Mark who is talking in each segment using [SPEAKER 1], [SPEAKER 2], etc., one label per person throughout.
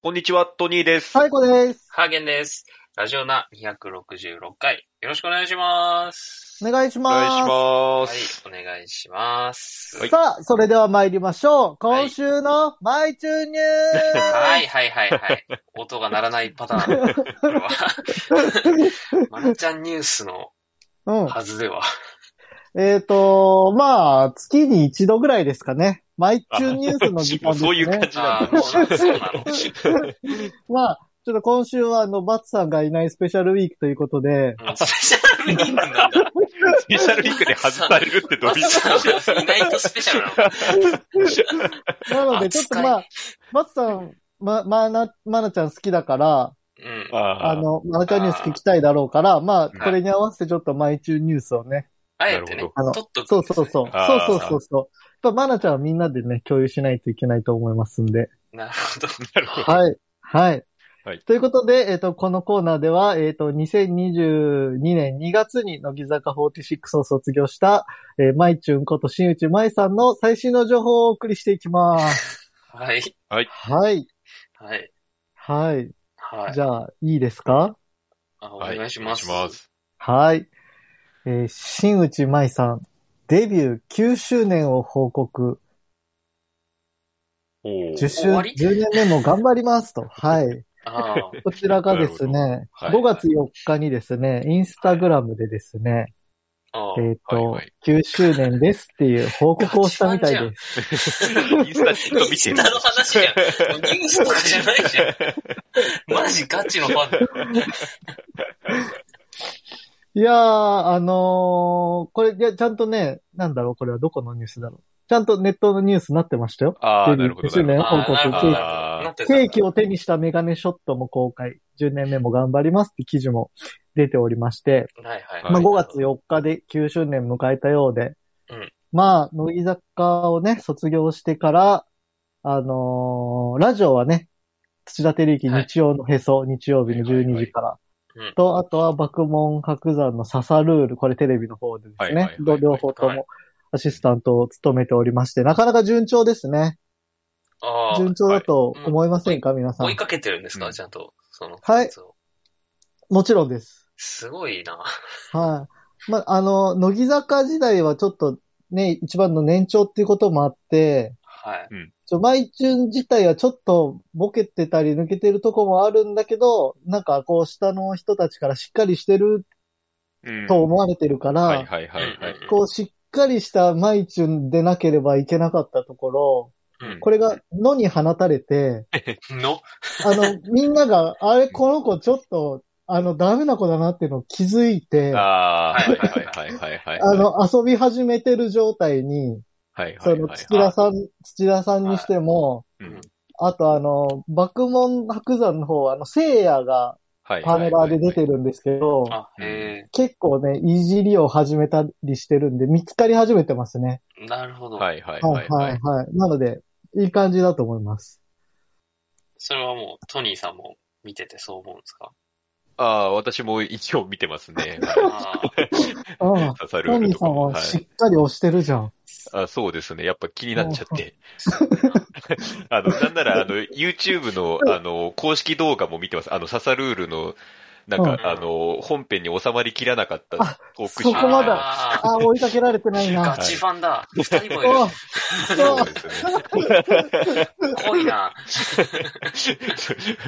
[SPEAKER 1] こんにちは、トニーです。
[SPEAKER 2] 最高です。
[SPEAKER 3] ハーゲンです。ラジオナ266回。よろしくお願いします。
[SPEAKER 2] お願いし
[SPEAKER 1] お
[SPEAKER 2] ます。
[SPEAKER 1] 願いしま
[SPEAKER 3] はい
[SPEAKER 1] す。、
[SPEAKER 3] お願いします。
[SPEAKER 1] はい
[SPEAKER 2] さあ、それでは参りましょう。今週のマイチューニュ
[SPEAKER 3] はい、はい、はい、はい。音が鳴らないパターン。これは。マルちゃんニュースの
[SPEAKER 2] ー
[SPEAKER 3] はずでは。
[SPEAKER 2] うん。えっ、と、まあ、月に一度ぐらいですかね。マイチューニュースの時間ですね。
[SPEAKER 1] そういう感じ
[SPEAKER 3] あ
[SPEAKER 1] な
[SPEAKER 3] あ、もうなんかそうなの。
[SPEAKER 2] まあ、ちょっと今週は、あの、バツさんがいないスペシャルウィークということで、
[SPEAKER 3] もうスペシャルウィークなんだ。
[SPEAKER 1] スペシャルウィークで外されるってど
[SPEAKER 3] マ
[SPEAKER 1] ういう
[SPEAKER 3] スタ
[SPEAKER 1] こと
[SPEAKER 3] ーがいないとスペシャルなのか。
[SPEAKER 2] なので、ちょっとまあ、バツさん、ま、まな、まなちゃん好きだから、
[SPEAKER 3] うん。
[SPEAKER 2] あ
[SPEAKER 1] あー
[SPEAKER 2] の、まなちゃんニュース聞きたいだろうから、ま
[SPEAKER 3] い
[SPEAKER 2] あ、これに合わせてちょっとマイチューニュースをね、
[SPEAKER 3] あえて
[SPEAKER 2] な
[SPEAKER 3] ね、
[SPEAKER 2] るほど
[SPEAKER 3] 取っとく
[SPEAKER 2] そ
[SPEAKER 3] ん
[SPEAKER 2] う
[SPEAKER 3] ですね
[SPEAKER 2] そうそう。そ
[SPEAKER 1] あ
[SPEAKER 2] う
[SPEAKER 1] ー
[SPEAKER 2] そうそうそう。やっぱ、まなちゃんはみんなでね、共有しないといけないと思いますんで。
[SPEAKER 3] なるほど。
[SPEAKER 1] なるほど。
[SPEAKER 2] はい。はい。
[SPEAKER 1] はい
[SPEAKER 2] ということで、えっ、と、このコーナーでは、えっ、と、2022年2月に乃木坂46を卒業した、えー、まいちゅんこと新内まいさんの最新の情報をお送りしていきます。
[SPEAKER 3] はい。
[SPEAKER 2] はい。
[SPEAKER 3] はい。
[SPEAKER 2] はい。
[SPEAKER 3] はい。
[SPEAKER 2] じゃあ、いいですか
[SPEAKER 3] あお
[SPEAKER 1] は
[SPEAKER 3] 願いします。
[SPEAKER 1] お願いします。
[SPEAKER 2] はい。えー、新内舞さん、デビュー9周年を報告、
[SPEAKER 1] おー
[SPEAKER 2] 10周、
[SPEAKER 3] 終わり
[SPEAKER 2] 10年目も頑張りますと。はい。
[SPEAKER 3] ああ、
[SPEAKER 2] こちらがです
[SPEAKER 1] な
[SPEAKER 2] ね、
[SPEAKER 1] はい
[SPEAKER 2] 5月4日にですね、インスタグラムでですね、
[SPEAKER 3] ああ。
[SPEAKER 2] えっ、と、
[SPEAKER 1] はいはい
[SPEAKER 2] 9周年ですっていう報告をしたみたいです。
[SPEAKER 1] インスタちょ っと見てる。
[SPEAKER 3] インスタの話じゃんニュースとかじゃないじゃん。 マジガチのファ ンだよ。
[SPEAKER 2] いやー、あのーこれ、いや、ちゃんとね、なんだろう、これはどこのニュースだろう。ちゃんとネットのニュースになってましたよ。
[SPEAKER 1] ああ、なるほど。な
[SPEAKER 2] 90
[SPEAKER 1] る
[SPEAKER 2] 年
[SPEAKER 1] ほど
[SPEAKER 2] 報告
[SPEAKER 3] あーなるほどな
[SPEAKER 1] あ
[SPEAKER 3] ってた
[SPEAKER 2] ケーキを手にしたメガネショットも公開、10年目も頑張りますって記事も出ておりまして、
[SPEAKER 3] はいはい。
[SPEAKER 2] まあ、5月4日で9周年迎えたようで、
[SPEAKER 3] うん
[SPEAKER 2] まあ、乃木坂をね、卒業してから、あのーラジオはね、土田照之
[SPEAKER 3] はい
[SPEAKER 2] 日曜のへそ、日曜日の
[SPEAKER 1] はいはい
[SPEAKER 2] 12
[SPEAKER 1] はい
[SPEAKER 2] 時から
[SPEAKER 3] うん。
[SPEAKER 2] と、あとは爆問白山の笹ルール、これテレビの方でで
[SPEAKER 1] はい
[SPEAKER 2] す
[SPEAKER 1] はいはい
[SPEAKER 2] ね
[SPEAKER 1] は。い
[SPEAKER 2] ど両方ともアシスタントを務めておりまして、なかなか順調ですね。
[SPEAKER 3] ああ、
[SPEAKER 2] 順調だと思いませんか、皆さ
[SPEAKER 3] 追い
[SPEAKER 2] ん。
[SPEAKER 3] かけてるんです
[SPEAKER 1] う
[SPEAKER 3] か
[SPEAKER 1] ん
[SPEAKER 3] ちゃんと。その、
[SPEAKER 2] はい
[SPEAKER 3] やつを
[SPEAKER 2] もちろんです。
[SPEAKER 3] すごいな。
[SPEAKER 2] はい。まあ、あの、乃木坂時代はちょっとね、一番の年長っていうこともあって、
[SPEAKER 3] はい。
[SPEAKER 2] ちょ、マイチューン自体はちょっとボケてたり抜けてるとこもあるんだけど、なんかこう下の人たちからしっかりしてる
[SPEAKER 1] ー
[SPEAKER 2] と思われてるから、
[SPEAKER 1] はいはいはいはい。
[SPEAKER 2] こうしっかりしたマイチューンでなければいけなかったところ、
[SPEAKER 3] うん
[SPEAKER 2] これが野に放たれて、
[SPEAKER 3] の、
[SPEAKER 2] あの、みんなが、あれ、この子ちょっと、あの、ダメな子だなっていうのを気づいて、あ
[SPEAKER 1] ああ、は
[SPEAKER 3] はいい
[SPEAKER 1] はいはいはい。、
[SPEAKER 2] の、遊び始めてる状態に、
[SPEAKER 1] はいはい
[SPEAKER 2] そ
[SPEAKER 1] はい
[SPEAKER 2] の
[SPEAKER 1] はい。
[SPEAKER 2] 土田さん、土田さんにしても、
[SPEAKER 1] うん
[SPEAKER 2] あとあの、爆問白山の方は、あの、聖夜が
[SPEAKER 1] はい
[SPEAKER 2] パネラーで出て
[SPEAKER 1] る。
[SPEAKER 2] るんですけど、
[SPEAKER 3] あ、え
[SPEAKER 2] 結構ね、いじりを始めたりしてるんで、見つかり始めてますね。
[SPEAKER 3] えなるほど。
[SPEAKER 1] はいはい
[SPEAKER 2] は
[SPEAKER 1] はいい
[SPEAKER 2] は
[SPEAKER 1] はいい。
[SPEAKER 2] はい。なので、いい感じだと思います。
[SPEAKER 3] それはもう、トニーさんも見ててそう思うんで すか
[SPEAKER 1] ああ、私も一応見てますね。
[SPEAKER 3] あ あ、
[SPEAKER 2] うん。
[SPEAKER 1] 刺さる
[SPEAKER 2] トニーさんは
[SPEAKER 1] はい
[SPEAKER 2] しっかり押してるじゃん。
[SPEAKER 1] あそうですね。やっぱ気になっちゃって。あの、なんなら、あの、YouTube の、あの、公式動画も見てます。あの、ササルールの、なん
[SPEAKER 2] うん
[SPEAKER 1] か、あの、本編に収まりきらなかった
[SPEAKER 2] あ
[SPEAKER 1] トーク
[SPEAKER 2] そこまで
[SPEAKER 3] あ
[SPEAKER 2] あ、追いかけられてない
[SPEAKER 3] あ
[SPEAKER 2] な
[SPEAKER 3] ガ。チファンだ。二人もいる。
[SPEAKER 2] あ
[SPEAKER 1] そうですね。
[SPEAKER 3] 濃いな。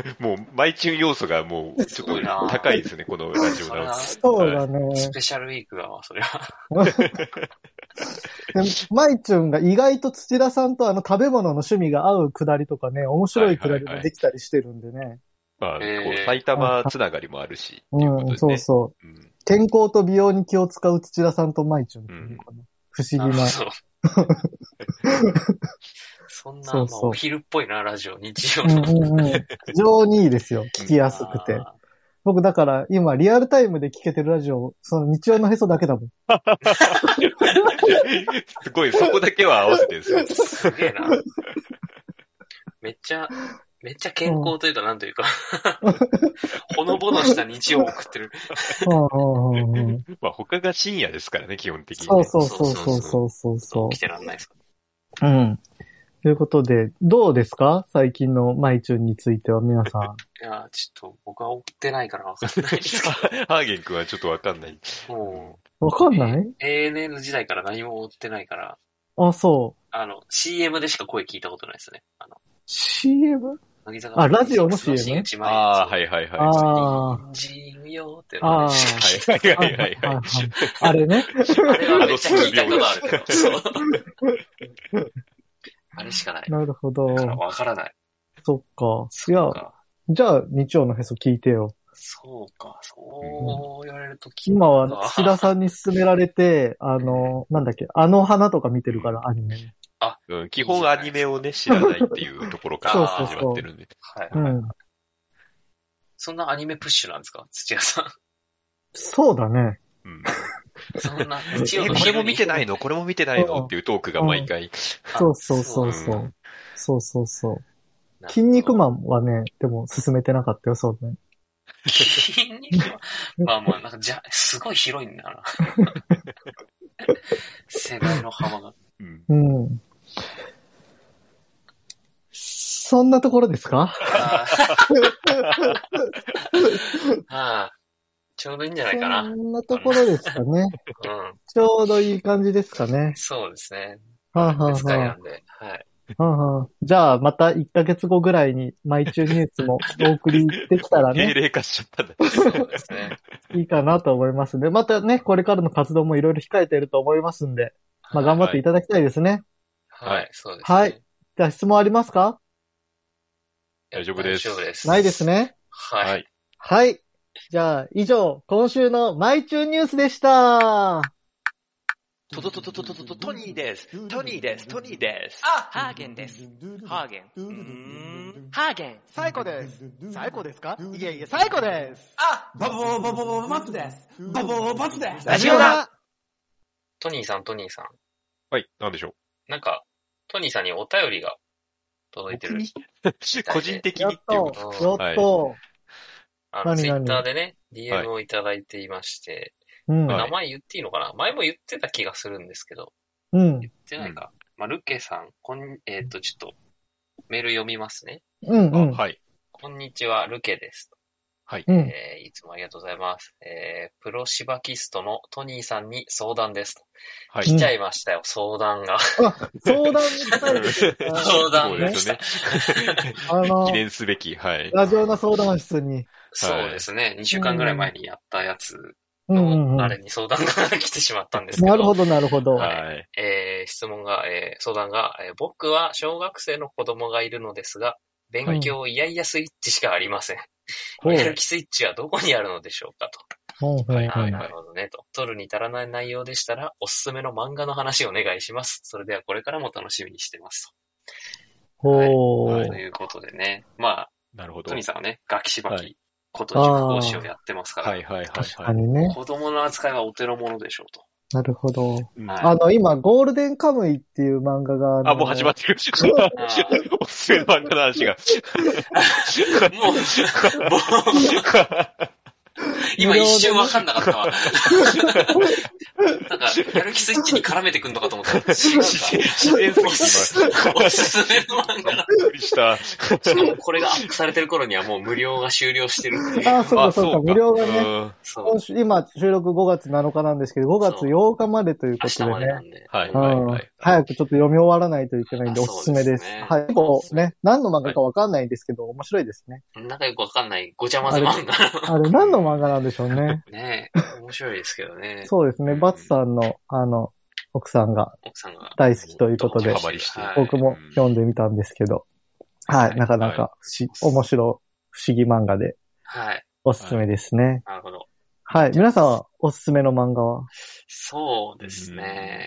[SPEAKER 1] もう、マイチューン要素がもう、ちょっと高いですね、このラジオ
[SPEAKER 3] それ
[SPEAKER 1] の
[SPEAKER 3] は、。
[SPEAKER 2] そうだ ね。
[SPEAKER 3] スペシャルウィークだわ、それは。
[SPEAKER 2] でマイチュンが意外と土田さんとあの食べ物の趣味が合うくだりとかね、面白いくだりもできたりしてるんでね。
[SPEAKER 1] まあ、こ
[SPEAKER 3] え
[SPEAKER 1] う、
[SPEAKER 3] ー
[SPEAKER 1] 埼玉つながりもあるし、っていうこ
[SPEAKER 2] うん、
[SPEAKER 1] と
[SPEAKER 2] そ
[SPEAKER 1] で
[SPEAKER 2] う
[SPEAKER 1] す
[SPEAKER 2] そう。
[SPEAKER 1] ね。うん
[SPEAKER 2] 健康と美容に気を使う土田さんとマイチュンっていうのかな、不
[SPEAKER 3] な
[SPEAKER 2] 思
[SPEAKER 3] る
[SPEAKER 2] 議
[SPEAKER 3] ほ
[SPEAKER 2] な。
[SPEAKER 3] ど。そんな、
[SPEAKER 2] そう
[SPEAKER 3] ま
[SPEAKER 2] そう
[SPEAKER 3] あ、お昼っぽいな、ラジオ、日曜
[SPEAKER 2] う
[SPEAKER 3] の。
[SPEAKER 2] んうんうん。非常にいいですよ。聞きやすくて。
[SPEAKER 3] あ
[SPEAKER 2] 僕だから今リアルタイムで聞けてるラジオ、その日曜のへそだけだもん。
[SPEAKER 1] すごい、そこだけは合わせてるんですよ
[SPEAKER 3] ー。すげえな。めっちゃ、めっちゃ健康というか、なんというか、ほのぼのした日曜を送ってる。
[SPEAKER 2] うんうん うんうん
[SPEAKER 1] まあ、他が深夜ですからね、基本的にね。
[SPEAKER 2] そうそうそうそうそうそうそ
[SPEAKER 3] 来てらんないですか
[SPEAKER 2] う。うん。ということで、どうですか最近のマイチュンについては皆さん。
[SPEAKER 3] いやー、ちょっと僕は追ってないからわかんないです け
[SPEAKER 1] ハーゲン君はちょっとわかんない。
[SPEAKER 3] ど、も
[SPEAKER 2] わか
[SPEAKER 3] う、
[SPEAKER 2] んない
[SPEAKER 3] え ANN 時代から何も追ってないから、
[SPEAKER 2] あ、そう。
[SPEAKER 3] あの、CM でしか声聞いたことないですね。あの、
[SPEAKER 2] CM?
[SPEAKER 3] 乃木坂
[SPEAKER 2] あラジオの CM
[SPEAKER 3] 新内前
[SPEAKER 1] ああ、はいはいはい。
[SPEAKER 2] あ
[SPEAKER 1] は
[SPEAKER 2] あー。
[SPEAKER 3] ジームよーって
[SPEAKER 2] ああ
[SPEAKER 3] のね。
[SPEAKER 1] いはいはいはい。
[SPEAKER 2] あれね。
[SPEAKER 3] あれはめっちゃ聞いたことあるけど。そう あれしかない。
[SPEAKER 2] なるほど。
[SPEAKER 3] だからわからない。
[SPEAKER 2] そっか。い
[SPEAKER 3] そ
[SPEAKER 2] や
[SPEAKER 3] う、か。
[SPEAKER 2] じゃあ、日曜のへそ聞いてよ。
[SPEAKER 3] そうか。そう言われると聞いた
[SPEAKER 2] 今
[SPEAKER 3] わ
[SPEAKER 2] は、土田さんに勧められて、あの、なんだっけ、あの花とか見てるから、アニメ。
[SPEAKER 1] うん、基本アニメをね、知らないっていうところから
[SPEAKER 3] そうそう
[SPEAKER 1] 始
[SPEAKER 2] そう
[SPEAKER 1] まってるんで。
[SPEAKER 3] はい。
[SPEAKER 2] うん。
[SPEAKER 3] そんなアニメプッシュなんですか土屋 さん。
[SPEAKER 2] そうだね。
[SPEAKER 1] うん
[SPEAKER 3] そんな、
[SPEAKER 1] え、
[SPEAKER 3] 日曜の。
[SPEAKER 1] これも見てないいのこれも見てないのっていうトークが毎回。
[SPEAKER 2] そうそうそう
[SPEAKER 1] そ
[SPEAKER 2] そうう。そうそうそう。
[SPEAKER 3] あ
[SPEAKER 2] 筋肉
[SPEAKER 3] ン。
[SPEAKER 2] マンはね、でも勧めてなかったよ、そうね。
[SPEAKER 3] 筋肉マン。まあまあ、なんか、じゃ、すごい広いんだな。 世代の幅が。
[SPEAKER 1] うん
[SPEAKER 2] うん。そんなところですか
[SPEAKER 3] あーあー。ちょうどいいんじゃないかな。
[SPEAKER 2] そんなところですかね。
[SPEAKER 3] うん。
[SPEAKER 2] ちょうどいい感じですかね。
[SPEAKER 3] そうですね。
[SPEAKER 2] はあ、はあ
[SPEAKER 3] 使いな
[SPEAKER 2] は
[SPEAKER 3] んで。はい。
[SPEAKER 2] あ、はあはあじゃあ、また1ヶ月後ぐらいに、毎週ニュースもお送りできたら
[SPEAKER 1] 定
[SPEAKER 2] ね、
[SPEAKER 1] 例化しちゃったんだ。
[SPEAKER 3] そうですね。
[SPEAKER 2] いいかなと思いますんで、またね、これからの活動もいろいろ控えていると思いますんで、まあ、頑張っていただきたいですね。
[SPEAKER 3] はい、そうです、
[SPEAKER 2] はい。じゃあ、質問ありますか
[SPEAKER 1] 大丈夫です
[SPEAKER 3] 大丈夫です。
[SPEAKER 2] ないです。ね。
[SPEAKER 3] はい。
[SPEAKER 1] はい
[SPEAKER 2] はい。じゃあ、以上、今週の毎週ニュースでした。
[SPEAKER 1] トトトトトトトトトニーです。トニーです。トニーです。
[SPEAKER 4] あ、ハーゲンです。ハーゲン。うーんハーゲン。
[SPEAKER 5] 最高です。最高ですかいえいえ、最高です。
[SPEAKER 4] あ、バボーバボーバツです。バボーバツです。
[SPEAKER 5] ラ
[SPEAKER 1] ジオだ
[SPEAKER 3] トニーさん、トニーさん。
[SPEAKER 1] はい、なんでしょう。
[SPEAKER 3] なんか、トニーさんにお便りが届いてる。
[SPEAKER 1] 個人的
[SPEAKER 2] や
[SPEAKER 1] にっ
[SPEAKER 2] って
[SPEAKER 1] いうこと。
[SPEAKER 2] と、やっと、
[SPEAKER 3] あの、ツ
[SPEAKER 2] 何
[SPEAKER 3] イ
[SPEAKER 2] 々
[SPEAKER 3] ッターでね、
[SPEAKER 1] はい
[SPEAKER 3] DM をいただいていまして、
[SPEAKER 2] うん、
[SPEAKER 1] はい
[SPEAKER 3] 名前言っていいのかな前も言ってた気がするんですけど、
[SPEAKER 2] うん、
[SPEAKER 3] 言ってないか。まあ、ルッケさん、こん、えっ、と、ちょっと、メール読みますね。
[SPEAKER 2] うん、うん
[SPEAKER 1] あ、はい。
[SPEAKER 3] こんにちは、ルケです。
[SPEAKER 2] うん。
[SPEAKER 3] えーいつもありがとうございます。えープロシバキストのトニーさんに相談です。
[SPEAKER 1] はい。
[SPEAKER 3] 来ちゃいましたよ、相談が。
[SPEAKER 2] 相談に答えてくれた
[SPEAKER 3] 相談
[SPEAKER 1] そう
[SPEAKER 3] で
[SPEAKER 1] で
[SPEAKER 3] し
[SPEAKER 1] す
[SPEAKER 3] た
[SPEAKER 1] ね。
[SPEAKER 2] あの
[SPEAKER 1] 記、念すべき、はい。
[SPEAKER 2] ラジオの相談室に。
[SPEAKER 3] そうですね。2週間ぐらい前にやったやつ
[SPEAKER 2] うん、うん、
[SPEAKER 3] の、
[SPEAKER 2] う
[SPEAKER 3] あ
[SPEAKER 2] ん
[SPEAKER 3] れ。に相談が来てしまったんですけど。
[SPEAKER 2] なるほど、なるほど。
[SPEAKER 3] はい
[SPEAKER 1] はい。
[SPEAKER 3] えー質問が、えー相談が、えー僕は小学生の子供がいるのですが、勉強イヤイヤスイッチしかありません。
[SPEAKER 2] ほう
[SPEAKER 3] やる気スイッチはどこにあるのでしょうかと。
[SPEAKER 2] うんうん
[SPEAKER 1] は
[SPEAKER 2] う
[SPEAKER 1] い
[SPEAKER 3] あ
[SPEAKER 1] は
[SPEAKER 3] ー
[SPEAKER 1] い
[SPEAKER 2] ん
[SPEAKER 3] なるほどね、と。取るに足らない内容でしたら、おすすめの漫画の話をお願いします。それではこれからも楽しみにしてます
[SPEAKER 2] ほ
[SPEAKER 3] と。
[SPEAKER 2] う。
[SPEAKER 3] ということでね。ま
[SPEAKER 1] なるほ
[SPEAKER 3] あ、
[SPEAKER 1] ど。
[SPEAKER 3] ト
[SPEAKER 1] は
[SPEAKER 3] ニ
[SPEAKER 1] い
[SPEAKER 3] ーさんはね、ガキしば
[SPEAKER 1] は
[SPEAKER 3] きこと塾講師をやってますから、
[SPEAKER 1] はいはい
[SPEAKER 2] 確
[SPEAKER 1] は
[SPEAKER 2] か
[SPEAKER 1] い。
[SPEAKER 2] にね。
[SPEAKER 3] 子供の扱いはお手の物でしょう と。
[SPEAKER 2] なるほど。
[SPEAKER 1] うん
[SPEAKER 3] はい
[SPEAKER 2] あの、今、ゴールデンカムイっていう漫画が。の
[SPEAKER 1] あ、もう始まってる。おすすめの漫画の話が。
[SPEAKER 3] もう、 もう、今一瞬わかんなかった わ。なんか、やる気スイッチに絡めてくんのかと思ったら。違うか
[SPEAKER 1] 自然すぎ
[SPEAKER 3] おす
[SPEAKER 1] て
[SPEAKER 3] すめの漫画だ。
[SPEAKER 1] 今、びっくりした。
[SPEAKER 3] しかもこれがアップされてる頃にはもう無料が終了してるっていう。
[SPEAKER 2] あ、そうかそうか。無料がね。
[SPEAKER 1] うん
[SPEAKER 3] そう。
[SPEAKER 2] 今週今、収録5月7日なんですけど、5月8日までということ
[SPEAKER 3] 明日
[SPEAKER 2] で
[SPEAKER 3] までな
[SPEAKER 2] ね。
[SPEAKER 3] んで。
[SPEAKER 1] はい
[SPEAKER 2] うん
[SPEAKER 1] はいはい。
[SPEAKER 2] 早くちょっと読み終わらないといけないんで、
[SPEAKER 3] あ
[SPEAKER 2] おすすめです。
[SPEAKER 3] そうですね
[SPEAKER 2] はい。結構ね、何の漫画かわかんないですけど、面白いですね。
[SPEAKER 3] なんかよくわかんないごちゃ混ぜ漫画。
[SPEAKER 2] あれ、何の漫画なんでしょうね。
[SPEAKER 3] ね面白いですけどね。
[SPEAKER 2] そうですね。バツさんの、あの、奥さんが
[SPEAKER 3] 奥さんが。
[SPEAKER 2] 大好きということで
[SPEAKER 1] ハ、マりして
[SPEAKER 3] はい
[SPEAKER 2] 僕も読んでみたんですけど、はい。なかなか不思、面白、不思議漫画で、
[SPEAKER 3] はい。
[SPEAKER 2] おすすめですね。
[SPEAKER 3] なるほど。
[SPEAKER 2] はい。皆さんは、おすすめの漫画は
[SPEAKER 3] そうですね。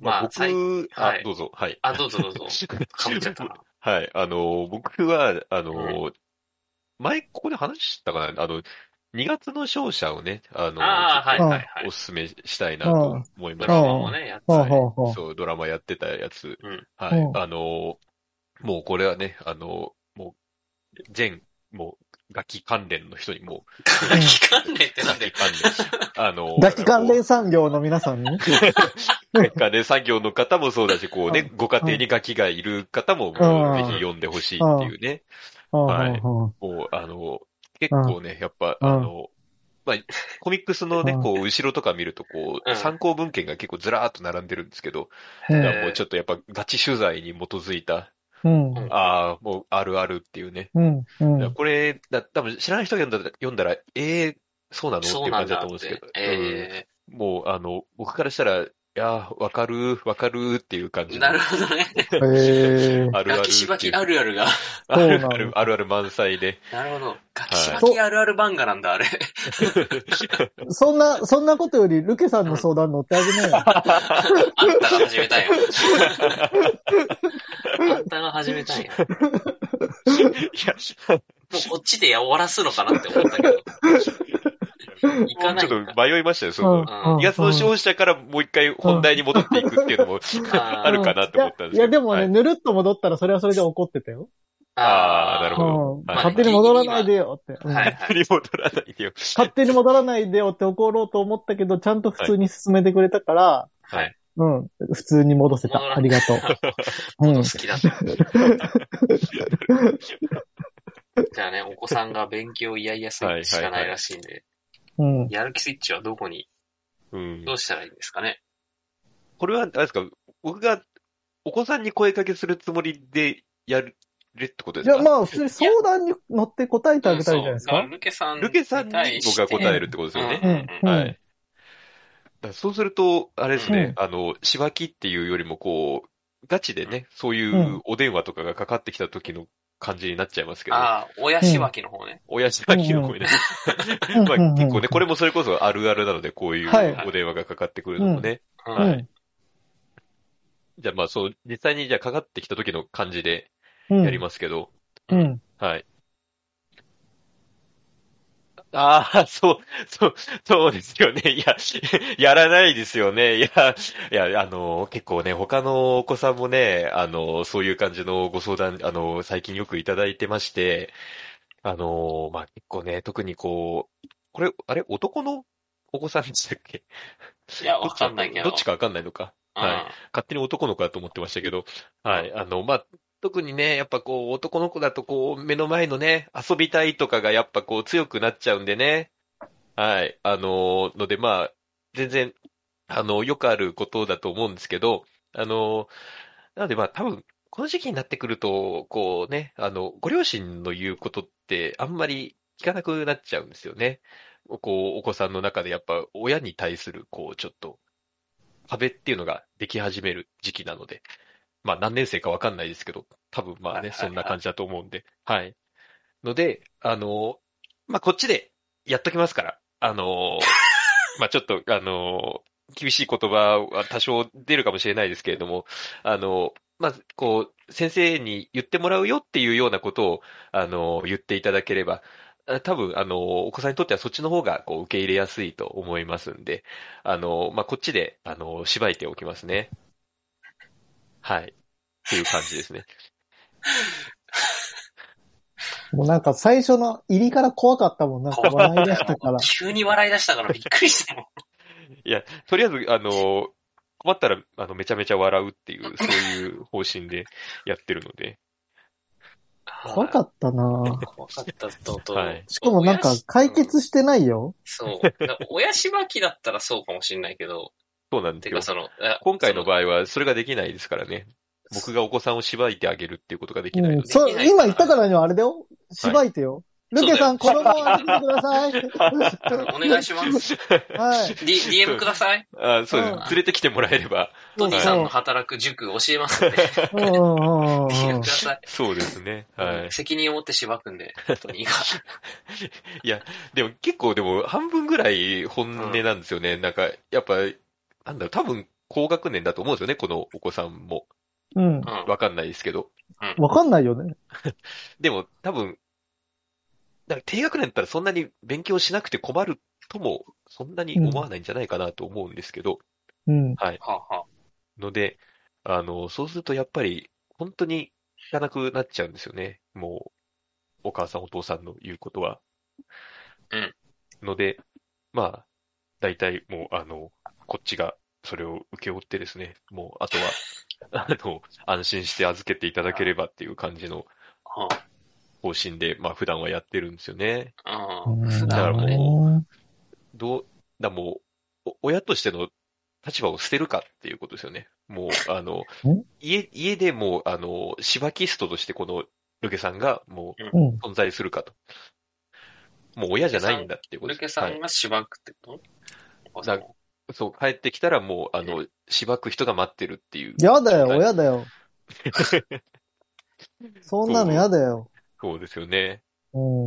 [SPEAKER 3] ま
[SPEAKER 1] ま
[SPEAKER 3] あ
[SPEAKER 1] あ、
[SPEAKER 3] 最
[SPEAKER 1] 僕、あ
[SPEAKER 3] はい、
[SPEAKER 1] どうぞ、はい。
[SPEAKER 3] あ、どうぞどう ぞ。かぶっちゃったな。
[SPEAKER 1] はい、あの、僕は、あの、前ここで話したかな、あの、2月の勝者をね、あの、
[SPEAKER 3] ああ、はい
[SPEAKER 1] ちょっ
[SPEAKER 3] はいはい
[SPEAKER 1] とお。すすめしたいなと思いま
[SPEAKER 3] ド
[SPEAKER 1] し
[SPEAKER 3] ラ
[SPEAKER 1] た。
[SPEAKER 3] マもね、やって
[SPEAKER 2] ほう
[SPEAKER 3] たね。
[SPEAKER 2] ほうほう。
[SPEAKER 1] そう、ドラマやってたやつ。
[SPEAKER 3] うん
[SPEAKER 1] は
[SPEAKER 2] う
[SPEAKER 1] い。
[SPEAKER 2] ん
[SPEAKER 1] あの、もうこれはね、あの、もう、全もう、楽器関連の人にも
[SPEAKER 3] 楽器関連って
[SPEAKER 1] う、
[SPEAKER 3] なんだよ。
[SPEAKER 1] 関連、あの、
[SPEAKER 2] 楽器関
[SPEAKER 1] だ
[SPEAKER 2] 連
[SPEAKER 1] か
[SPEAKER 2] 産業の皆さんに。
[SPEAKER 1] らこう楽器関連産業の方もそうだし、こうね、ご家庭に楽器がいる方も、もうぜひ読んでほしいっていうね。はい
[SPEAKER 2] うん
[SPEAKER 1] もう、あの、結構ね、やっぱ、
[SPEAKER 2] うん
[SPEAKER 1] あの、まあ、コミックスのね、
[SPEAKER 2] うん
[SPEAKER 1] こう、後ろとか見ると、こ
[SPEAKER 3] う
[SPEAKER 1] う、
[SPEAKER 3] ん
[SPEAKER 1] 参考文献が結構ずらーっと並んでるんですけど、
[SPEAKER 2] うん
[SPEAKER 1] だ
[SPEAKER 2] へ
[SPEAKER 1] からもうちょっとやっぱガチ取材に基づいた、
[SPEAKER 2] うん
[SPEAKER 3] う ん
[SPEAKER 1] ああ、もうあるあるっていうね。
[SPEAKER 2] うんうん
[SPEAKER 1] だからこれ、だ多分知らない人が読んだら、読んだらええ そうなのって
[SPEAKER 3] そ
[SPEAKER 1] いうう感
[SPEAKER 3] なん
[SPEAKER 1] じだ
[SPEAKER 3] だ
[SPEAKER 1] と思うん
[SPEAKER 3] っ
[SPEAKER 1] ですけ
[SPEAKER 3] て
[SPEAKER 1] ど。。
[SPEAKER 3] え
[SPEAKER 1] うんもう、あの、僕からしたら、いやー、わかる、わかるっていう感じ
[SPEAKER 3] ー、
[SPEAKER 1] の。
[SPEAKER 3] なるほどね。
[SPEAKER 2] へー
[SPEAKER 1] あ るある
[SPEAKER 3] ガ
[SPEAKER 1] ってい
[SPEAKER 3] キ
[SPEAKER 1] う。
[SPEAKER 3] しばきあるあるが。
[SPEAKER 1] あ
[SPEAKER 2] そうな
[SPEAKER 1] る
[SPEAKER 2] の
[SPEAKER 1] ある、あるある満載で。
[SPEAKER 3] なるほど。ガキしばきあるある漫画なんだ、あれ。
[SPEAKER 2] そんな、そんなことより、ルケさんの相談乗ってあげなよ。
[SPEAKER 3] あんたが始めたん や。あんたが始めたんや。も
[SPEAKER 1] いや、
[SPEAKER 3] うこっちで終わらすのかなって思ったけど。行かな い
[SPEAKER 1] ちょっ
[SPEAKER 3] んだ
[SPEAKER 1] と迷いましたよ、その、
[SPEAKER 2] うん
[SPEAKER 1] 2月の消費者からもう一回本題に戻っていくっていうのも
[SPEAKER 3] あー
[SPEAKER 1] あるかなと思ったんですけど。
[SPEAKER 2] いや、いやでもね、
[SPEAKER 1] はい
[SPEAKER 2] ぬるっと戻ったらそれはそれで怒ってたよ。
[SPEAKER 1] あーなる
[SPEAKER 2] う
[SPEAKER 1] ほど
[SPEAKER 2] ん。
[SPEAKER 1] はい
[SPEAKER 2] 勝手に戻らないでよって。うん
[SPEAKER 3] はいはい。
[SPEAKER 1] に戻らないでよ。
[SPEAKER 2] 勝手に戻らないでよって怒ろうと思ったけど、ちゃんと普通に進めてくれたから、
[SPEAKER 1] はい。
[SPEAKER 2] うん、普通に戻せ
[SPEAKER 3] 戻
[SPEAKER 2] た。
[SPEAKER 3] ら
[SPEAKER 2] あり がとう。うん
[SPEAKER 3] 好。きだった。じゃあね、お子さんが勉強嫌々スイッチしかないらしいんで、
[SPEAKER 2] うん。
[SPEAKER 3] やる気スイッチはどこに、
[SPEAKER 1] うん
[SPEAKER 3] ど。うしたらいいんですかね。
[SPEAKER 1] これは、あれですか、僕がお子さんに声かけするつもりでやるってことです
[SPEAKER 2] い
[SPEAKER 1] か
[SPEAKER 2] や、まあ、普通に相談に乗って答えてあげたらいいじゃないです
[SPEAKER 3] そうだ
[SPEAKER 2] か
[SPEAKER 3] ら。ルケさんに
[SPEAKER 1] ルケさんに
[SPEAKER 3] 対し
[SPEAKER 1] 僕
[SPEAKER 3] て。
[SPEAKER 1] が答えるってことですよね。
[SPEAKER 3] うん
[SPEAKER 2] うん
[SPEAKER 1] はい。だからそうすると、あれですね、あの、しばきっていうよりもこう、ガチでね、そういうお電話とかがかかってきた時の感じになっちゃいますけど、
[SPEAKER 3] ああ、親しばきの方ね。
[SPEAKER 1] 親しばきの声ね。
[SPEAKER 2] う ん
[SPEAKER 1] まあ
[SPEAKER 2] うん
[SPEAKER 1] 結構ね、これもそれこそあるあるなので、こういう
[SPEAKER 2] はい
[SPEAKER 1] お電話がかかってくるのもね。
[SPEAKER 3] うん
[SPEAKER 1] は
[SPEAKER 2] う
[SPEAKER 1] い
[SPEAKER 2] ん。
[SPEAKER 1] じゃあまあそう、実際にじゃあかかってきた時の感じで
[SPEAKER 2] うん。
[SPEAKER 1] やりますけど。
[SPEAKER 2] うん。
[SPEAKER 1] はい。ああ、そう、そう、そうですよね。いや、 やらないですよね。いや、いや、あの、結構ね、他のお子さんもね、あの、そういう感じのご相談、あの、最近よくいただいてまして、あの、まあ、結構ね、特にこう、これ、あれ、男のお子さんでしたっけ
[SPEAKER 3] いや、わかんないけど。
[SPEAKER 1] どっちかわかんないのか。はい。勝手に男の子だと思ってましたけど、はい。あの、まあ、特にね、やっぱこう、男の子だとこう、目の前のね、遊びたいとかがやっぱこう、強くなっちゃうんでね。はい。あの、のでまあ、全然、あの、よくあることだと思うんですけど、あの、なのでまあ、多分、この時期になってくると、こうね、あの、ご両親の言うことって、あんまり聞かなくなっちゃうんですよね。こう、お子さんの中でやっぱ、親に対する、こう、ちょっと、壁っていうのができ始める時期なので、まあ何年生かわかんないですけど、多分まあね、
[SPEAKER 3] はいはいは
[SPEAKER 1] そ
[SPEAKER 3] い
[SPEAKER 1] んな感じだと思うんで、はい。ので、あの、まあこっちでやっときますから、あ の、まあちょっと、あの、厳しい言葉は多少出るかもしれないですけれども、あの、まず、こう、先生に言ってもらうよっていうようなことを、あの、言っていただければ、あ多分、あの、お子さんにとってはそっちの方が、こう、受け入れやすいと思いますんで、あの、まあ、こっちで、あの、しばいておきますね。はい。っていう感じですね。
[SPEAKER 2] もうなんか最初の入りから怖かったもん。なんか笑い出したから。
[SPEAKER 3] 急に笑い出したからびっくりしたもん。
[SPEAKER 1] いや、とりあえず、あの、困ったら、あの、めちゃめちゃ笑うっていう、そういう方針でやってるので、
[SPEAKER 2] 怖かったなぁ
[SPEAKER 3] 怖かったと と。
[SPEAKER 1] はい
[SPEAKER 2] しかもなんか解決してないよ。
[SPEAKER 3] そう。だから親しばきだったらそうかもしれないけど、
[SPEAKER 1] そうなんで
[SPEAKER 3] て
[SPEAKER 1] すよ
[SPEAKER 3] か。その、あ
[SPEAKER 1] 今回の場合は、それができないですからね。僕がお子さんをしばいてあげるっていうことができないうの
[SPEAKER 2] ん、
[SPEAKER 1] で。
[SPEAKER 2] そう、今言ったからにはあれだよ。しばいてよ。
[SPEAKER 3] はい
[SPEAKER 2] ルケさん、子
[SPEAKER 3] そう
[SPEAKER 2] 供を預けてください。
[SPEAKER 3] お願いします。
[SPEAKER 2] はい。
[SPEAKER 3] D、DM ください。
[SPEAKER 1] あそうです
[SPEAKER 2] うん。
[SPEAKER 1] 連れてきてもらえれば。
[SPEAKER 3] トニーさん
[SPEAKER 2] う
[SPEAKER 3] の働く塾教えますんで。
[SPEAKER 2] うんうんうんうん
[SPEAKER 3] DM ください。
[SPEAKER 1] そうですね。はい。
[SPEAKER 3] 責任を持ってしばくんで、トニーが。
[SPEAKER 1] でも結構でも半分ぐらい本音なんですよね。なんか、やっぱ、なんだろう、多分高学年だと思うんですよね、このお子さんも。
[SPEAKER 2] うん。
[SPEAKER 3] うん。
[SPEAKER 1] わかんないですけど。
[SPEAKER 2] わかんないよね。
[SPEAKER 1] でも多分、なんか低学年だったらそんなに勉強しなくて困るとも、そんなに思わないんじゃないかなと思うんですけど。
[SPEAKER 2] うん。
[SPEAKER 3] はあは
[SPEAKER 1] ので、あの、そうするとやっぱり、本当に聞かなくなっちゃうんですよね。もう、お母さんお父さんの言うことは。
[SPEAKER 3] うん。
[SPEAKER 1] ので、まあ、大体もう、あの、こっちがそれを受け負ってですね、もう、あ とは、あの、安心して預けていただければっていう感じの
[SPEAKER 3] は
[SPEAKER 1] 方針で、まあ、普段はやってるんですよね。
[SPEAKER 3] あ、
[SPEAKER 2] う
[SPEAKER 3] うん。
[SPEAKER 2] ん
[SPEAKER 1] だからもう
[SPEAKER 2] も
[SPEAKER 1] どう、だもう、お親としての立場を捨てるかっていうことですよね。もう、あの
[SPEAKER 2] ん、
[SPEAKER 1] 家、家でもう、あの、シバキストとしてこのルケさんがも
[SPEAKER 2] う、うん。
[SPEAKER 1] う存在するかと。もう親じゃないんだっていうこと
[SPEAKER 3] ル
[SPEAKER 1] で
[SPEAKER 3] ケ
[SPEAKER 1] す。
[SPEAKER 3] さ
[SPEAKER 1] は
[SPEAKER 3] ん
[SPEAKER 1] い。
[SPEAKER 3] がしばくってこと、
[SPEAKER 1] だそう、帰ってきたらもう、あの、しばく人が待ってるっていう。
[SPEAKER 2] やだよ、
[SPEAKER 1] はい
[SPEAKER 2] 親だよ。そんなのやだよ。
[SPEAKER 1] そうですよね。
[SPEAKER 2] うん。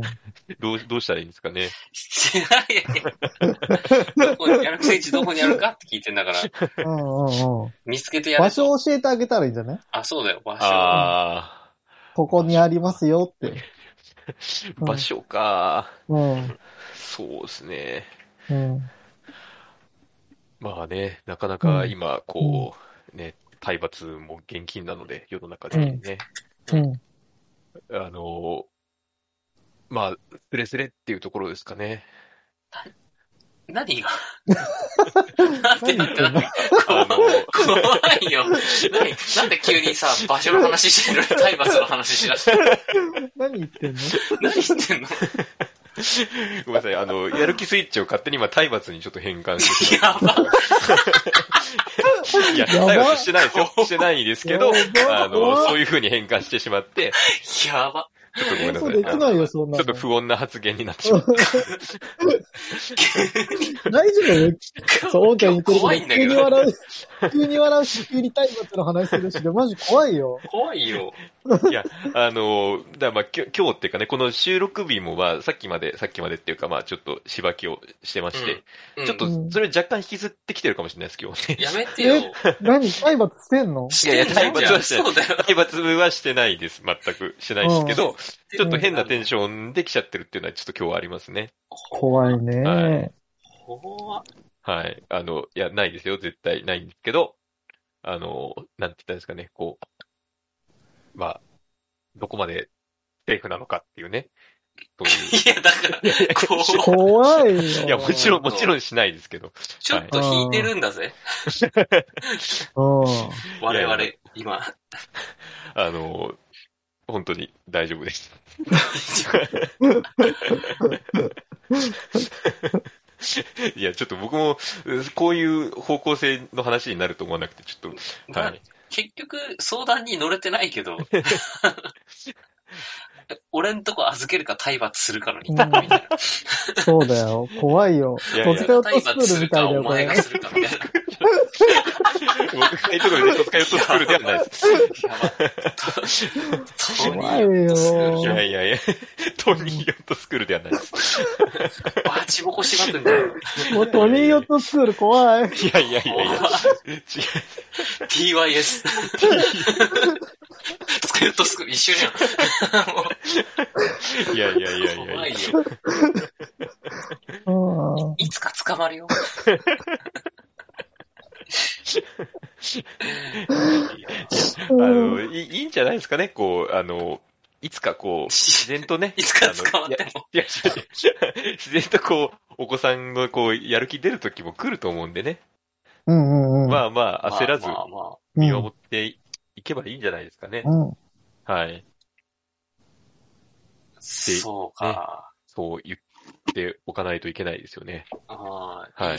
[SPEAKER 1] どう、どうしたらいいんですかね。
[SPEAKER 3] いやいやどこに、やる聖地どこにあるかって聞いてんだから、
[SPEAKER 2] うんうんうん。
[SPEAKER 3] 見つけてやる。
[SPEAKER 2] 場所を教えてあげたらいいんじゃない
[SPEAKER 3] あ、そうだよ、場所。
[SPEAKER 1] あ
[SPEAKER 2] ここにありますよって。
[SPEAKER 1] あ、場所か。
[SPEAKER 2] うん。
[SPEAKER 1] そうですね。
[SPEAKER 2] うん。
[SPEAKER 1] まあね、なかなか今、こう、ね、体罰も現金なので、世の中でね、
[SPEAKER 2] うん。
[SPEAKER 1] あの、まあ、スレスレっていうところですかね。
[SPEAKER 3] 何が なんで
[SPEAKER 2] 何言ってんの
[SPEAKER 1] あの、
[SPEAKER 3] 怖いよ。何なんで急にさ、場所の話してるのに体罰の話しだして。
[SPEAKER 2] 何言ってんの
[SPEAKER 3] 何してんの
[SPEAKER 1] ごめんなさい、あの、やる気スイッチを勝手に今、体罰にちょっと変換してしま
[SPEAKER 3] や
[SPEAKER 1] っ
[SPEAKER 3] ば。
[SPEAKER 1] て、いや、
[SPEAKER 2] やば
[SPEAKER 1] 体罰してないですよ。してないですけど、
[SPEAKER 2] やば
[SPEAKER 1] あの、そういう風に変換してしまって、
[SPEAKER 3] やば。
[SPEAKER 1] ちょっとごめんな
[SPEAKER 2] 嘘
[SPEAKER 1] さ
[SPEAKER 2] で
[SPEAKER 1] い。
[SPEAKER 2] き
[SPEAKER 1] あの
[SPEAKER 2] ないよ、そんな
[SPEAKER 1] ちょっと
[SPEAKER 2] の。
[SPEAKER 1] 不穏な発言になって しまった。
[SPEAKER 2] 大丈夫そう、オーキャン言ってる
[SPEAKER 3] 怖いん
[SPEAKER 2] けど、急
[SPEAKER 3] だ
[SPEAKER 2] に
[SPEAKER 3] けど。
[SPEAKER 2] 笑う、急に笑うし、急に体罰の話するしで、マジ怖いよ。
[SPEAKER 3] 怖いよ。
[SPEAKER 1] いや、あの、だからまあ、きょ今日っていうかね、この収録日もまあ、さっきまで、さっきまでっていうかまあ、ちょっとしばきをしてまして、
[SPEAKER 3] うん
[SPEAKER 1] ちょっと、それを若干引きずってきてるかもしれないです、今日ね。
[SPEAKER 3] やめてよ。
[SPEAKER 2] 何体罰してんの
[SPEAKER 1] いやいや体罰はしてない
[SPEAKER 3] そうだよ。
[SPEAKER 1] 体罰はしてないです、全く。してないですけど、ちょっと変なテ
[SPEAKER 3] ン
[SPEAKER 1] ンションできちゃってるっていうのはちょっと今日はありますね。
[SPEAKER 2] 怖いね。
[SPEAKER 3] 怖
[SPEAKER 1] はい。あの、いや、ないですよ、絶対ないんですけど、あの、なんて言ったんですかね、こう、まあ、どこまでセーフなのかっていうね、そういう。
[SPEAKER 3] いや、だから、こう、
[SPEAKER 2] 怖いよ。
[SPEAKER 1] いや、もちろん、もちろんしないですけど。
[SPEAKER 3] ちょっと引いてるんだぜ。
[SPEAKER 2] うん。
[SPEAKER 3] 我々
[SPEAKER 1] いや、
[SPEAKER 3] 今。
[SPEAKER 1] あの、本当に大丈夫です。いや、ちょっと僕も、うこういう方向性の話になると思わなくて、ちょっと、は。
[SPEAKER 3] ない結局、相談に乗れてない けど、俺んとこ預けるか体罰するかの二択みたいな。
[SPEAKER 2] そうだよ。怖いよ。
[SPEAKER 1] いやいや
[SPEAKER 2] 突然落
[SPEAKER 3] 体
[SPEAKER 2] とスク
[SPEAKER 3] 罰
[SPEAKER 2] ー
[SPEAKER 3] す
[SPEAKER 2] ルみ
[SPEAKER 3] る
[SPEAKER 2] たい
[SPEAKER 3] か
[SPEAKER 2] だよ、
[SPEAKER 3] お
[SPEAKER 2] こ
[SPEAKER 3] 前
[SPEAKER 2] れ
[SPEAKER 3] が。するかみたいな。
[SPEAKER 1] 僕がいいところで一つかよと作るではない です。
[SPEAKER 3] やばい。とトニ
[SPEAKER 2] 怖い
[SPEAKER 3] ーヨットスクール
[SPEAKER 1] い
[SPEAKER 3] じゃん
[SPEAKER 1] やいやいや、トニーヨットスクールではないです。
[SPEAKER 3] バチボコしまくんだよ。
[SPEAKER 2] もうトニーヨットスクール怖い。
[SPEAKER 1] いやいやいやいや、違う。
[SPEAKER 3] TYS。スクールとスクール一緒じゃん。も
[SPEAKER 1] いやいやいやいうや
[SPEAKER 3] 怖いよ。
[SPEAKER 2] うん。
[SPEAKER 3] いつか捕まるよ。。
[SPEAKER 1] あのい、いいんじゃないですかね、こう、あの、いつかこう、自然とね
[SPEAKER 3] いつか捕まっても。
[SPEAKER 1] いや、違う違う自然とこう、お子さんのこう、やる気出る時も来ると思うんでね。
[SPEAKER 2] うんうんうん。
[SPEAKER 1] まあまあ、焦らず
[SPEAKER 3] まあまあ
[SPEAKER 1] 見守っていけばいいんじゃないですかね。
[SPEAKER 2] うん。
[SPEAKER 1] はい。
[SPEAKER 3] そうか。
[SPEAKER 1] そう言っておかないといけないですよね。
[SPEAKER 3] あー
[SPEAKER 1] はい。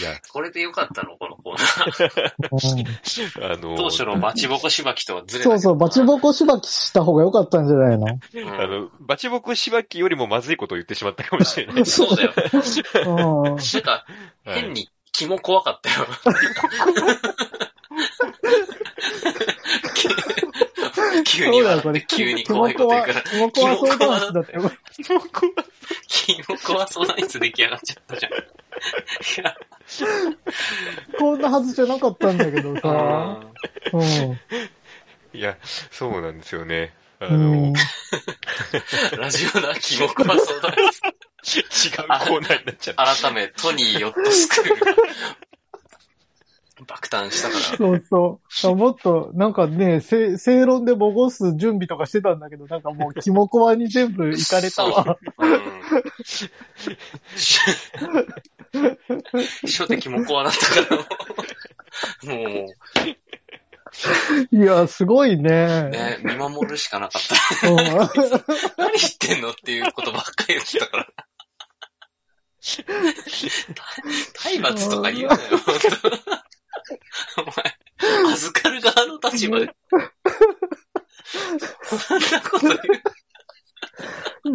[SPEAKER 1] いや、
[SPEAKER 3] これでよかったのこのコーナー。
[SPEAKER 1] あの、
[SPEAKER 3] 当初のバチボコしばきとはずれ
[SPEAKER 2] そうそう、バチ
[SPEAKER 3] コ。
[SPEAKER 2] ボコしばきした方が良かったんじゃないの
[SPEAKER 3] うん
[SPEAKER 1] あの、バチボコしばきよりもまずいことを言ってしまったかもしれない。
[SPEAKER 3] そ うだよ。
[SPEAKER 2] うん。
[SPEAKER 3] なんか、
[SPEAKER 1] はい
[SPEAKER 3] 変に気も怖かっ たよ。急に笑って、急に怖いこと言うから、
[SPEAKER 2] キモコはそう話だって。
[SPEAKER 1] キモコは
[SPEAKER 3] 気も怖そうなやつ出来上がっちゃったじゃん。いや
[SPEAKER 2] こんなはずじゃなかったんだけどさ。
[SPEAKER 3] あ
[SPEAKER 2] うん。
[SPEAKER 1] いや、そうなんですよね。あ
[SPEAKER 2] う
[SPEAKER 1] の、
[SPEAKER 2] ん
[SPEAKER 1] 違う
[SPEAKER 3] ーラジオだ、気も怖そうだ。
[SPEAKER 1] コーナーになっちゃった。
[SPEAKER 3] 改め、トニー・ヨットスクールが。爆誕したから。
[SPEAKER 2] そうそう。もっと、なんかね、せ正論でボゴす準備とかしてたんだけど、なんかもう、キモコワに全部行かれたわ。
[SPEAKER 3] うん。初的もコアだったから、もう、も
[SPEAKER 2] いや、すごいね
[SPEAKER 3] う、。ね、見守るしかなかった。
[SPEAKER 2] う ん
[SPEAKER 3] 何言ってんのっていうことばっかり言ってた から。体罰とか言うなよ、本当お前、預かる側の立 場で。そんなこと言 う。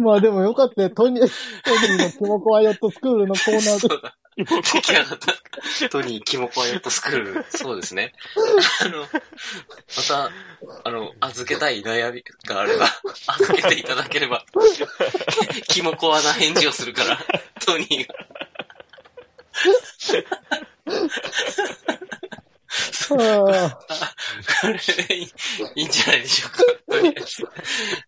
[SPEAKER 2] まあでもよかったよ。トニー、トニーのキモコワヨットスクールのコーナーで。
[SPEAKER 3] そうだ。出来上がった。トニー、キモコアヨットスクール。そうですね。あの、また、あの、預けたい悩みがあれば、預けていただければ、キモコアな返事をするから、トニーが。
[SPEAKER 2] あ
[SPEAKER 3] これでいいいいんじゃないでしょうか。とりあえず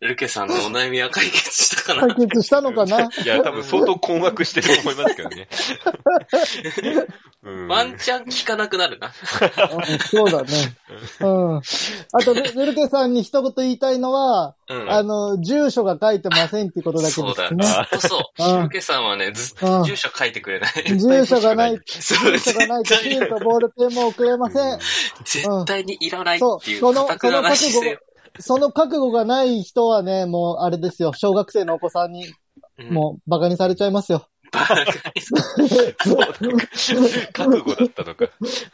[SPEAKER 3] ルケさんのお悩みは解決したか
[SPEAKER 2] あ
[SPEAKER 3] な。
[SPEAKER 2] 解決したのか ない
[SPEAKER 1] や、多分相当困惑してると思いますけどね。うん
[SPEAKER 3] ワンチャン聞かなくなるな。
[SPEAKER 2] うんそうだね。うん。あと、ルルルケさんに一言言いたいのは、
[SPEAKER 3] うん。
[SPEAKER 2] あの、住所が書いてませんっていうことだけ
[SPEAKER 3] そ
[SPEAKER 2] で
[SPEAKER 3] うだ。
[SPEAKER 2] す
[SPEAKER 3] ず
[SPEAKER 2] ね。
[SPEAKER 3] っとそう
[SPEAKER 2] ん
[SPEAKER 3] う。ルケさんはね、ずっ
[SPEAKER 2] う
[SPEAKER 3] と
[SPEAKER 2] ん
[SPEAKER 3] 住所書いてくれない。
[SPEAKER 2] 住所がない、
[SPEAKER 3] そう
[SPEAKER 2] 住所がないと、シールとボールペンも送れません。
[SPEAKER 3] 絶対にいらないっていう、
[SPEAKER 2] そうその
[SPEAKER 3] 固くなない姿勢を。
[SPEAKER 2] その覚悟がない人はね、もう、あれですよ、小学生のお子さんに、
[SPEAKER 3] うん
[SPEAKER 2] もう、バカにされちゃいますよ。
[SPEAKER 3] バカに
[SPEAKER 1] 覚悟だったのか。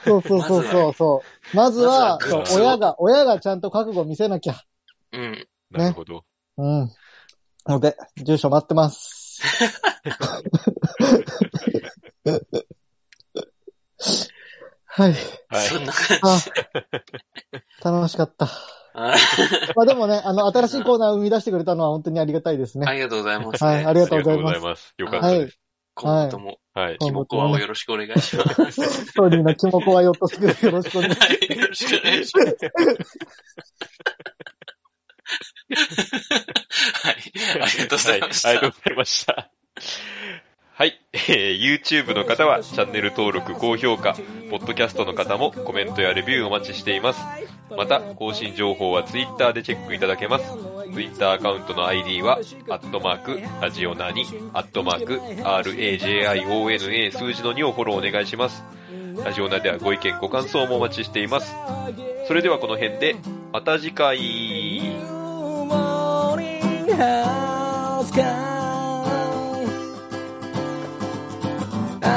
[SPEAKER 2] そうそうそうそうそう。まずは、
[SPEAKER 3] まず
[SPEAKER 2] そう
[SPEAKER 3] は
[SPEAKER 2] 親が、親がちゃんと覚悟を見せなきゃ。
[SPEAKER 3] うん。
[SPEAKER 1] なるほど。
[SPEAKER 2] うん。ので、住所待ってます。はい。
[SPEAKER 1] はい。
[SPEAKER 3] そんな感
[SPEAKER 2] あ、楽しかった。
[SPEAKER 3] じ。
[SPEAKER 2] まあでもね、あの、新しいコーナーを生み出してくれたのは本当にありがたいです
[SPEAKER 3] あ
[SPEAKER 2] ね。
[SPEAKER 3] りがとうございます。
[SPEAKER 2] はい、ありがとうござい
[SPEAKER 1] あ
[SPEAKER 2] ま
[SPEAKER 1] りがとうございま
[SPEAKER 2] す。
[SPEAKER 1] す。よかったです。
[SPEAKER 3] 今後とも、
[SPEAKER 1] はい。
[SPEAKER 2] はい
[SPEAKER 3] キモコアをよろしくお願いします。
[SPEAKER 2] ストーリーのキモコはよっとすくよろしくお願いし
[SPEAKER 3] はい、よろしくお願いします。はい、ありがとうございました。
[SPEAKER 1] はいありがとうございました。はい。えー YouTube の方はチャンネル登録、高評価、ポッドキャストの方もコメントやレビューお待ちしています。また、更新情報は Twitter でチェックいただけます。Twitter アカウントの ID は、アットマーク、ラジオナに、アットマーク、RAJIONA 数字の2をフォローお願いします。ラジオナではご意見、ご感想もお待ちしています。それではこの辺で、また次回。